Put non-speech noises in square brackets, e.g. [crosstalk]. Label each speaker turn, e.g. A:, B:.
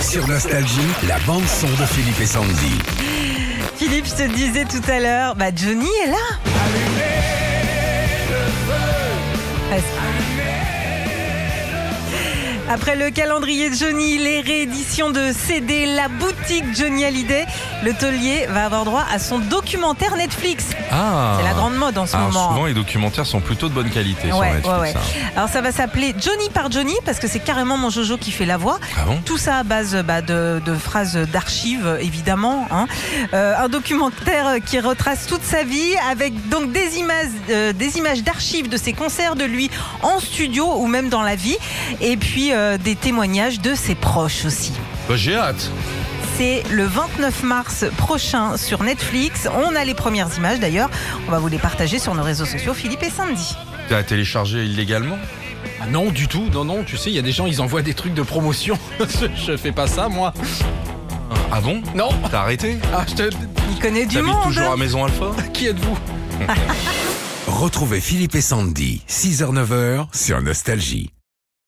A: Sur Nostalgie, la bande son de Philippe et Sandy.
B: Philippe, je te disais tout à l'heure, bah Johnny est là. Presque. Après le calendrier de Johnny, les rééditions de CD, la boutique Johnny Hallyday, le taulier va avoir droit à son documentaire Netflix.
C: Ah
B: C'est la grande mode en ce
C: Alors,
B: moment.
C: souvent, les documentaires sont plutôt de bonne qualité sur
B: Ouais,
C: Netflix.
B: ouais, ouais.
C: hein.
B: Alors ça va s'appeler Johnny par Johnny parce que c'est carrément mon Jojo qui fait la voix.
C: Ah bon
B: Tout ça à base bah, de, de phrases d'archives, évidemment. hein. Euh, un documentaire qui retrace toute sa vie avec donc des images, euh, des images d'archives de ses concerts, de lui en studio ou même dans la vie, et puis euh, des témoignages de ses proches aussi.
C: Bah, J'ai hâte.
B: C'est le 29 mars prochain sur Netflix. On a les premières images d'ailleurs. On va vous les partager sur nos réseaux sociaux, Philippe et Sandy.
C: T'as téléchargé illégalement
D: Ah non, du tout, non, non, tu sais, il y a des gens, ils envoient des trucs de promotion. [laughs] Je- je fais pas ça, moi.
C: Ah bon
D: Non,
C: T'as arrêté
D: ah, je te...
B: Il connaît du
C: T'habites
B: monde.
C: toujours à Maison Alpha
D: qui êtes-vous
A: Retrouvez Philippe et Sandy, 6h-9h sur Nostalgie.